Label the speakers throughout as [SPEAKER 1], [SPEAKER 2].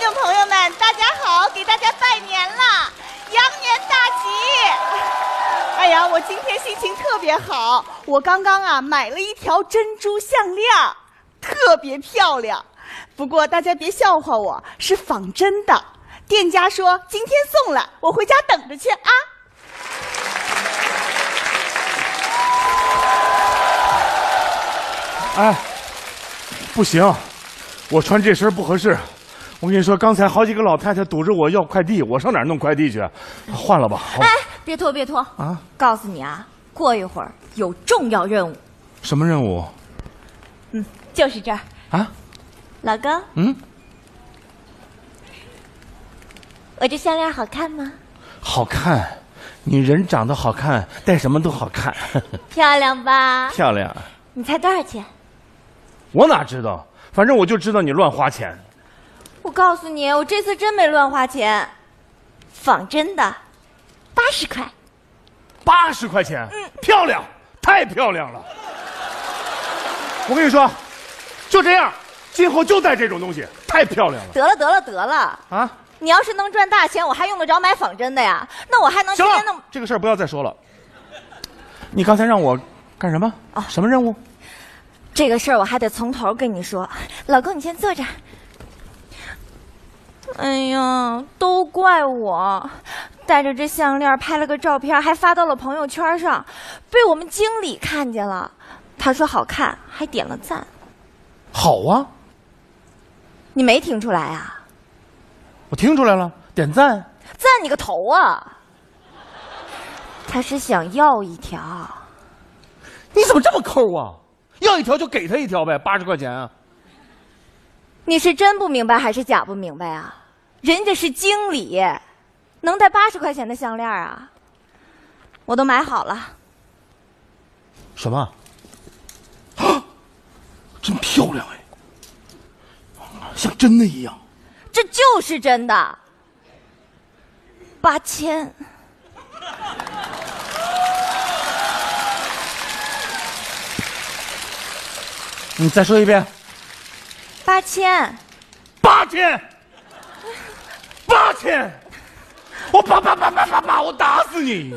[SPEAKER 1] 众朋友们，大家好，给大家拜年啦，羊年大吉！ 哎呀，我今天心情特别好，我刚刚啊买了一条珍珠项链，特别漂亮。不过大家别笑话我，是仿真的。店家说今天送来，我回家等着去啊。
[SPEAKER 2] 哎，不行，我穿这身不合适。我跟你说，刚才好几个老太太堵着我要快递，我上哪儿弄快递去？换了吧。好吧
[SPEAKER 3] 哎，别拖，别拖啊！告诉你啊，过一会儿有重要任务，
[SPEAKER 2] 什么任务
[SPEAKER 3] 就是这儿。
[SPEAKER 2] 啊？
[SPEAKER 3] 老公，
[SPEAKER 2] 嗯，
[SPEAKER 3] 我这项链好看吗？
[SPEAKER 2] 好看，你人长得好看，戴什么都好看，
[SPEAKER 3] 漂亮吧？
[SPEAKER 2] 漂亮。
[SPEAKER 3] 你猜多少钱？
[SPEAKER 2] 我哪知道？反正我就知道你乱花钱。
[SPEAKER 3] 我告诉你，我这次真没乱花钱，仿真的，八十块。
[SPEAKER 2] 八十块钱，漂亮，太漂亮了。我跟你说，就这样，今后就戴这种东西，太漂亮了
[SPEAKER 3] 得了，得了，得了！
[SPEAKER 2] 啊！
[SPEAKER 3] 你要是能赚大钱，我还用得着买仿真的呀？那我还能
[SPEAKER 2] 行
[SPEAKER 3] 天天弄
[SPEAKER 2] 了，这个事儿不要再说了。你刚才让我干什么？
[SPEAKER 3] 啊
[SPEAKER 2] 什么任务？
[SPEAKER 3] 这个事儿我还得从头跟你说，老公，你先坐着。哎呀，都怪我，带着这项链拍了个照片，还发到了朋友圈上，被我们经理看见了。他说好看，还点了赞。
[SPEAKER 2] 好啊，
[SPEAKER 3] 你没听出来啊？
[SPEAKER 2] 我听出来了，点赞。
[SPEAKER 3] 赞你个头啊！他是想要一条，
[SPEAKER 2] 你怎么这么抠啊？要一条就给他一条呗，八十块钱啊！
[SPEAKER 3] 你是真不明白还是假不明白啊？人家是经理，能戴八十块钱的项链啊？我都买好了。
[SPEAKER 2] 什么？啊，真漂亮哎，像真的一样。
[SPEAKER 3] 这就是真的。八千，
[SPEAKER 2] 你再说一遍，
[SPEAKER 3] 八千，
[SPEAKER 2] 八千，八千，我啪啪啪啪啪啪，我打死你！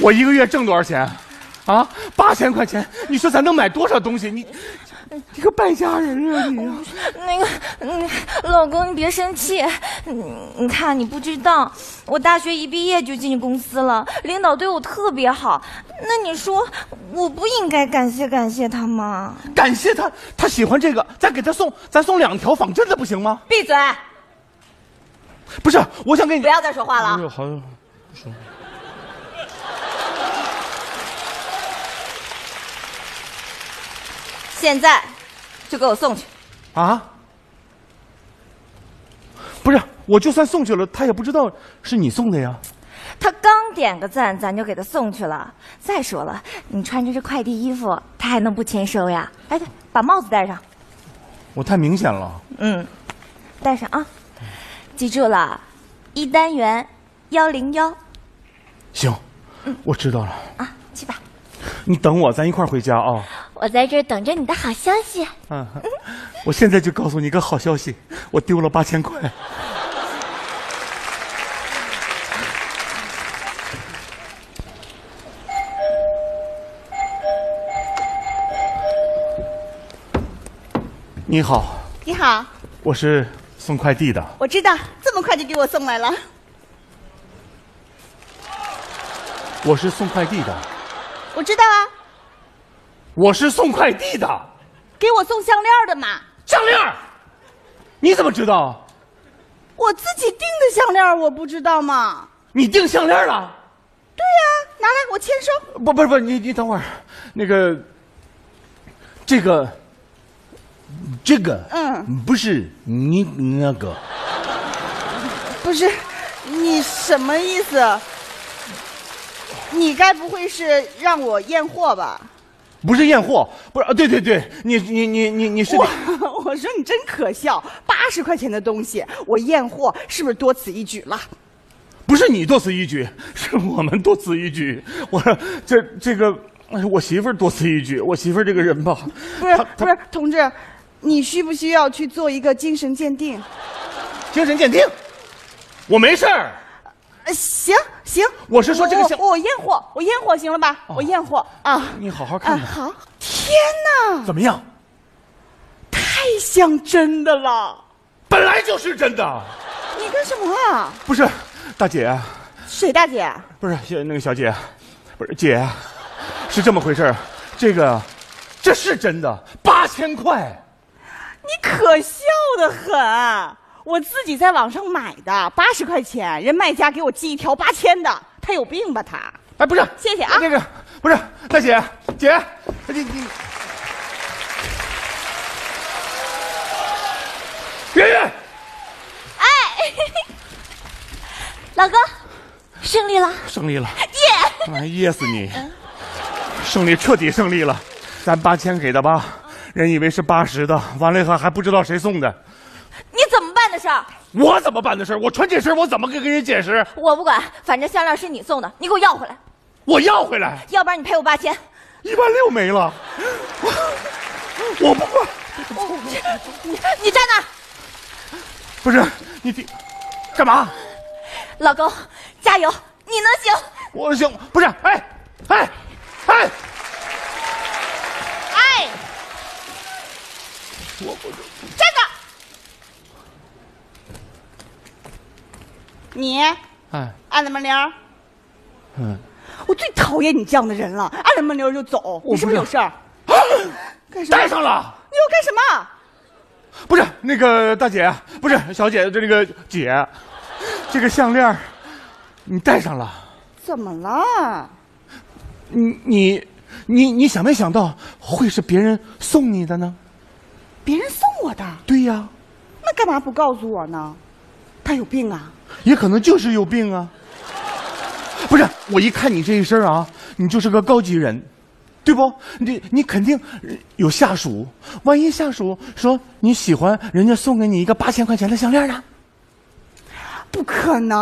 [SPEAKER 2] 我一个月挣多少钱？啊，八千块钱，你说咱能买多少东西？你，你个败家人啊你啊！
[SPEAKER 3] 那个，嗯，老公你别生气，你你看你不知道，我大学一毕业就进公司了，领导对我特别好，那你说我不应该感谢感谢他吗？
[SPEAKER 2] 感谢他，他喜欢这个，咱给他送，咱送两条仿真的不行吗？
[SPEAKER 3] 闭嘴，
[SPEAKER 2] 不是，我想给你
[SPEAKER 3] 不。要再说话
[SPEAKER 2] 哎
[SPEAKER 3] 了。
[SPEAKER 2] 呦，好像
[SPEAKER 3] 现在就给我送去。
[SPEAKER 2] 啊，不是，我就算送去了，他也不知道是你送的呀。
[SPEAKER 3] 他刚点个赞，咱就给他送去了。再说了，你穿着这快递衣服，他还能不签收呀？哎，对，把帽子戴上。
[SPEAKER 2] 我太明显了。
[SPEAKER 3] 嗯，带上啊，记住了，一单元幺零幺
[SPEAKER 2] 行，我知道了。
[SPEAKER 3] 啊，去吧，
[SPEAKER 2] 你等我，咱一块儿回家啊、
[SPEAKER 3] 我在这儿等着你的好消息。
[SPEAKER 2] 嗯， 我现在就告诉你一个好消息，我丢了八千块。你好，
[SPEAKER 1] 你好，
[SPEAKER 2] 我是送快递的。
[SPEAKER 1] 我知道这么快就给我送来了，
[SPEAKER 2] 我是送快递的，
[SPEAKER 1] 我知道啊，
[SPEAKER 2] 我是送快递的
[SPEAKER 1] 给我送项链的嘛，
[SPEAKER 2] 项链儿，你怎么知道？
[SPEAKER 1] 我自己订的项链，我不知道嘛。
[SPEAKER 2] 你订项链了？
[SPEAKER 1] 对呀、拿来我签收。
[SPEAKER 2] 不，不是，不是，你你等会儿，那个，这个，这个，
[SPEAKER 1] 嗯，
[SPEAKER 2] 不是你那个，
[SPEAKER 1] 不是，你什么意思？你该不会是让我验货吧？
[SPEAKER 2] 不是验货，不是啊，对对对，你你你你你是
[SPEAKER 1] 我我 说你真可笑，八十块钱的东西我验货，是不是多此一举了？
[SPEAKER 2] 不是你多此一举，是我们多此一举。我这这个哎，我媳妇儿多此一举。我媳妇儿这个人吧，
[SPEAKER 1] 不是
[SPEAKER 2] 她
[SPEAKER 1] 不
[SPEAKER 2] 她
[SPEAKER 1] 是，同志，你需不需要去做一个精神鉴定？
[SPEAKER 2] 精神鉴定，我没事儿。
[SPEAKER 1] 呃行行，
[SPEAKER 2] 我是说这个项
[SPEAKER 1] 我我我验货，我验货行了吧？我验货啊
[SPEAKER 2] 你好好
[SPEAKER 1] 啊
[SPEAKER 2] 看看，
[SPEAKER 1] 好。天哪，
[SPEAKER 2] 怎么样？
[SPEAKER 1] 太像真的了！
[SPEAKER 2] 本来就是真的，
[SPEAKER 1] 你干什么啊，
[SPEAKER 2] 不是，大姐啊，
[SPEAKER 1] 水大姐？
[SPEAKER 2] 不是小那个小姐，啊不是姐啊，是这么回事儿。这个，这是真的，八千块。
[SPEAKER 1] 你可笑的很！啊我自己在网上买的，八十块钱，人卖家给我寄一条八千的，他有病吧他？
[SPEAKER 2] 哎，不是，
[SPEAKER 1] 谢谢啊
[SPEAKER 2] 那个不是，大姐，姐，你你，圆圆，
[SPEAKER 3] 老公，胜利了，
[SPEAKER 2] 胜利了，
[SPEAKER 3] 耶！
[SPEAKER 2] 哎，噎死你！胜利彻底胜利了，咱八千给的吧，人以为是八十的，完了以后还不知道谁送的，
[SPEAKER 3] 你怎么办的事儿？
[SPEAKER 2] 我怎么办的事儿？我穿这身儿我怎么跟跟人解释？
[SPEAKER 3] 我不管，反正项链是你送的，你给我要回来，
[SPEAKER 2] 我要回来
[SPEAKER 3] 要不然你赔我八千。
[SPEAKER 2] 一万六没了，我不管，
[SPEAKER 3] 你你站那儿，
[SPEAKER 2] 不是你听，干嘛？
[SPEAKER 3] 老公，加油，你能行！
[SPEAKER 2] 我行，不是，哎，哎，哎。
[SPEAKER 1] 哎，
[SPEAKER 2] 我不
[SPEAKER 1] 站着！你
[SPEAKER 2] 哎，
[SPEAKER 1] 按了门铃儿？
[SPEAKER 2] 嗯，
[SPEAKER 1] 我最讨厌你这样的人了，按了门铃儿就走，你是不是有事儿？干什么？
[SPEAKER 2] 带上了，
[SPEAKER 1] 你要干什么？
[SPEAKER 2] 不是那个大姐，不是小姐，这这个姐，这个项链儿，你戴上了，
[SPEAKER 1] 怎么了？
[SPEAKER 2] 你你你你想没想到会是别人送你的呢？
[SPEAKER 1] 别人送我的，
[SPEAKER 2] 对呀、
[SPEAKER 1] 那干嘛不告诉我呢？他有病啊！
[SPEAKER 2] 也可能就是有病啊。不是，我一看你这一身啊，你就是个高级人，对不？你你肯定呃有下属，万一下属说你喜欢，人家送给你一个八千块钱的项链呢？
[SPEAKER 1] 不可能，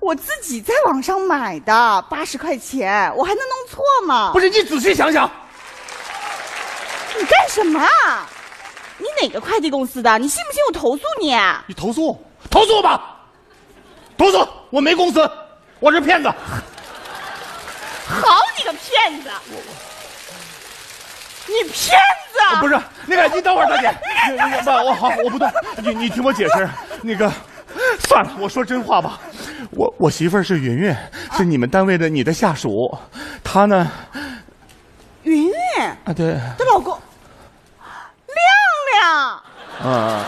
[SPEAKER 1] 我自己在网上买的，八十块钱，我还能弄错吗？
[SPEAKER 2] 不
[SPEAKER 1] 是
[SPEAKER 2] 是，你仔细想想。
[SPEAKER 1] 你干什么啊？你哪个快递公司的？你信不信我投诉你？啊
[SPEAKER 2] 你投诉，投诉吧，投诉！我没公司，我是骗子。
[SPEAKER 1] 好你个骗子！你骗子！
[SPEAKER 2] 啊不是那个，你等会儿，大 姐，你那个不，我好，我不动。你你听我解释，那个，算了，我说真话吧。我我媳妇儿是云云，是你们单位的你的下属，她呢
[SPEAKER 1] 云云
[SPEAKER 2] 啊对，
[SPEAKER 1] 的老公亮亮，
[SPEAKER 2] 嗯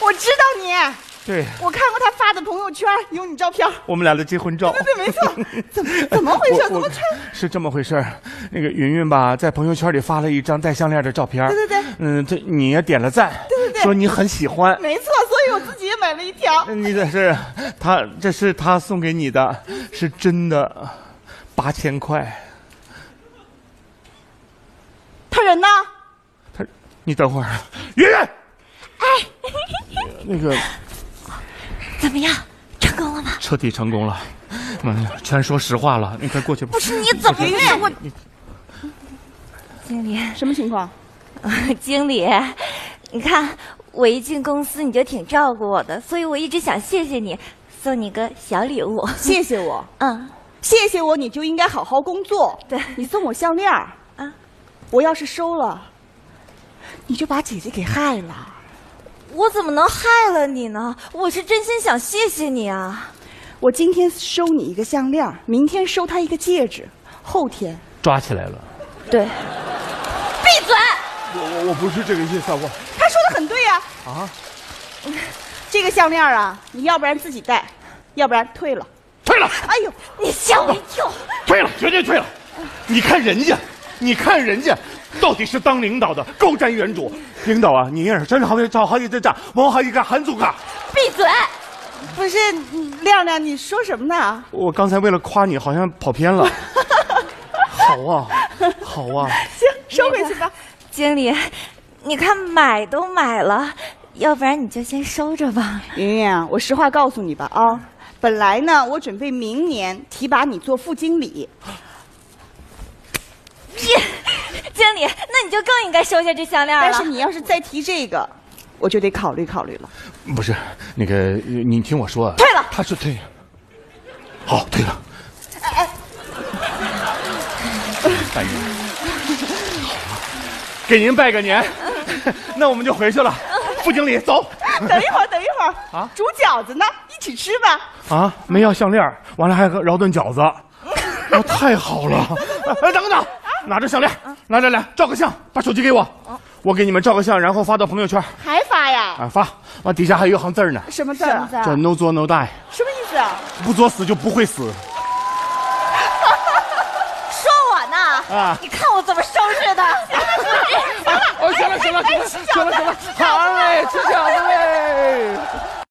[SPEAKER 1] 我知道你，
[SPEAKER 2] 对，
[SPEAKER 1] 我看过他发的朋友圈，有你照片。
[SPEAKER 2] 我们俩的结婚照。
[SPEAKER 1] 对，没错，怎么怎么回事？怎
[SPEAKER 2] 我
[SPEAKER 1] 么
[SPEAKER 2] 我
[SPEAKER 1] 穿？
[SPEAKER 2] 是这么回事儿，那个云云吧，在朋友圈里发了一张戴项链的照片儿。
[SPEAKER 1] 对对对
[SPEAKER 2] 嗯，这你也点了赞，
[SPEAKER 1] 对对对
[SPEAKER 2] 说你很喜欢。嗯
[SPEAKER 1] 没错，所以我自己也买了一条。
[SPEAKER 2] 你这是他，这是他送给你的，是真的，八千块。
[SPEAKER 1] 他人呢？
[SPEAKER 2] 他，你等会儿，云云，
[SPEAKER 3] 哎
[SPEAKER 2] 那个
[SPEAKER 3] 怎么样，成功了吗？
[SPEAKER 2] 彻底成功了，嗯，全说实话了，你快过去吧
[SPEAKER 3] 不。是你怎么越我？经理，
[SPEAKER 1] 什么情况？
[SPEAKER 3] 经理，你看我一进公司你就挺照顾我的，所以我一直想谢谢你，送你个小礼物。
[SPEAKER 1] 谢谢我，
[SPEAKER 3] 嗯，
[SPEAKER 1] 谢谢我，你就应该好好工作。
[SPEAKER 3] 对
[SPEAKER 1] 你送我项链儿
[SPEAKER 3] 啊，
[SPEAKER 1] 我要是收了，你就把姐姐给害了。
[SPEAKER 3] 我怎么能害了你呢？我是真心想谢谢你啊！
[SPEAKER 1] 我今天收你一个项链儿，明天收她一个戒指，后天
[SPEAKER 2] 抓起来了。
[SPEAKER 3] 对，闭嘴！
[SPEAKER 2] 我我我不是这个意思，啊我
[SPEAKER 1] 他说的很对呀、
[SPEAKER 2] 啊，
[SPEAKER 1] 这个项链儿啊，你要不然自己戴，要不然退了。
[SPEAKER 2] 退了，
[SPEAKER 1] 哎呦，
[SPEAKER 3] 你吓我一跳！
[SPEAKER 2] 退了，绝对退了。你看人家，你看人家，到底是当领导的高瞻远瞩。领导啊，你也是真好，好好一这这，我好一个韩总啊。
[SPEAKER 3] 闭嘴！
[SPEAKER 1] 不是嗯亮亮，你说什么呢？
[SPEAKER 2] 我刚才为了夸你，好像跑偏 了。好啊，好啊，
[SPEAKER 1] 行，收回去吧。
[SPEAKER 3] 经理，你看买都买了，要不然你就先收着吧。
[SPEAKER 1] 莹莹啊，我实话告诉你吧啊，本来呢，我准备明年提拔你做副经理。
[SPEAKER 3] 经理，那你就更应该收下这项链了。
[SPEAKER 1] 但是你要是再提这个，我就得考虑考虑了。
[SPEAKER 2] 不是那个，呃你听我说啊，
[SPEAKER 1] 退 了
[SPEAKER 2] 他是退，好退了。哎拜年，好啊给您拜个年，那我们就回去了。副经理，走
[SPEAKER 1] 等一会儿，等一会儿
[SPEAKER 2] 啊
[SPEAKER 1] 煮饺子呢，一起吃吧。
[SPEAKER 2] 啊！没要项链儿，完了还和饶顿饺子，哦，太好了！哎，等等，拿着项链，来来来，照个相，把手机给我，我给你们照个相，然后发到朋友圈。
[SPEAKER 1] 还发呀？
[SPEAKER 2] 啊，发完底下还有一行字儿呢，
[SPEAKER 1] 什么字
[SPEAKER 3] 什么
[SPEAKER 1] 儿？
[SPEAKER 3] 字
[SPEAKER 2] 叫
[SPEAKER 3] 啊？
[SPEAKER 2] “no 作 no die”，
[SPEAKER 1] 什么意思啊？
[SPEAKER 2] 不作死就不会死。
[SPEAKER 3] 说我呢？
[SPEAKER 2] 啊
[SPEAKER 3] 你看我怎么收拾的？
[SPEAKER 2] 哦，行了行了行了行了行了，好嘞，吃饺子嘞。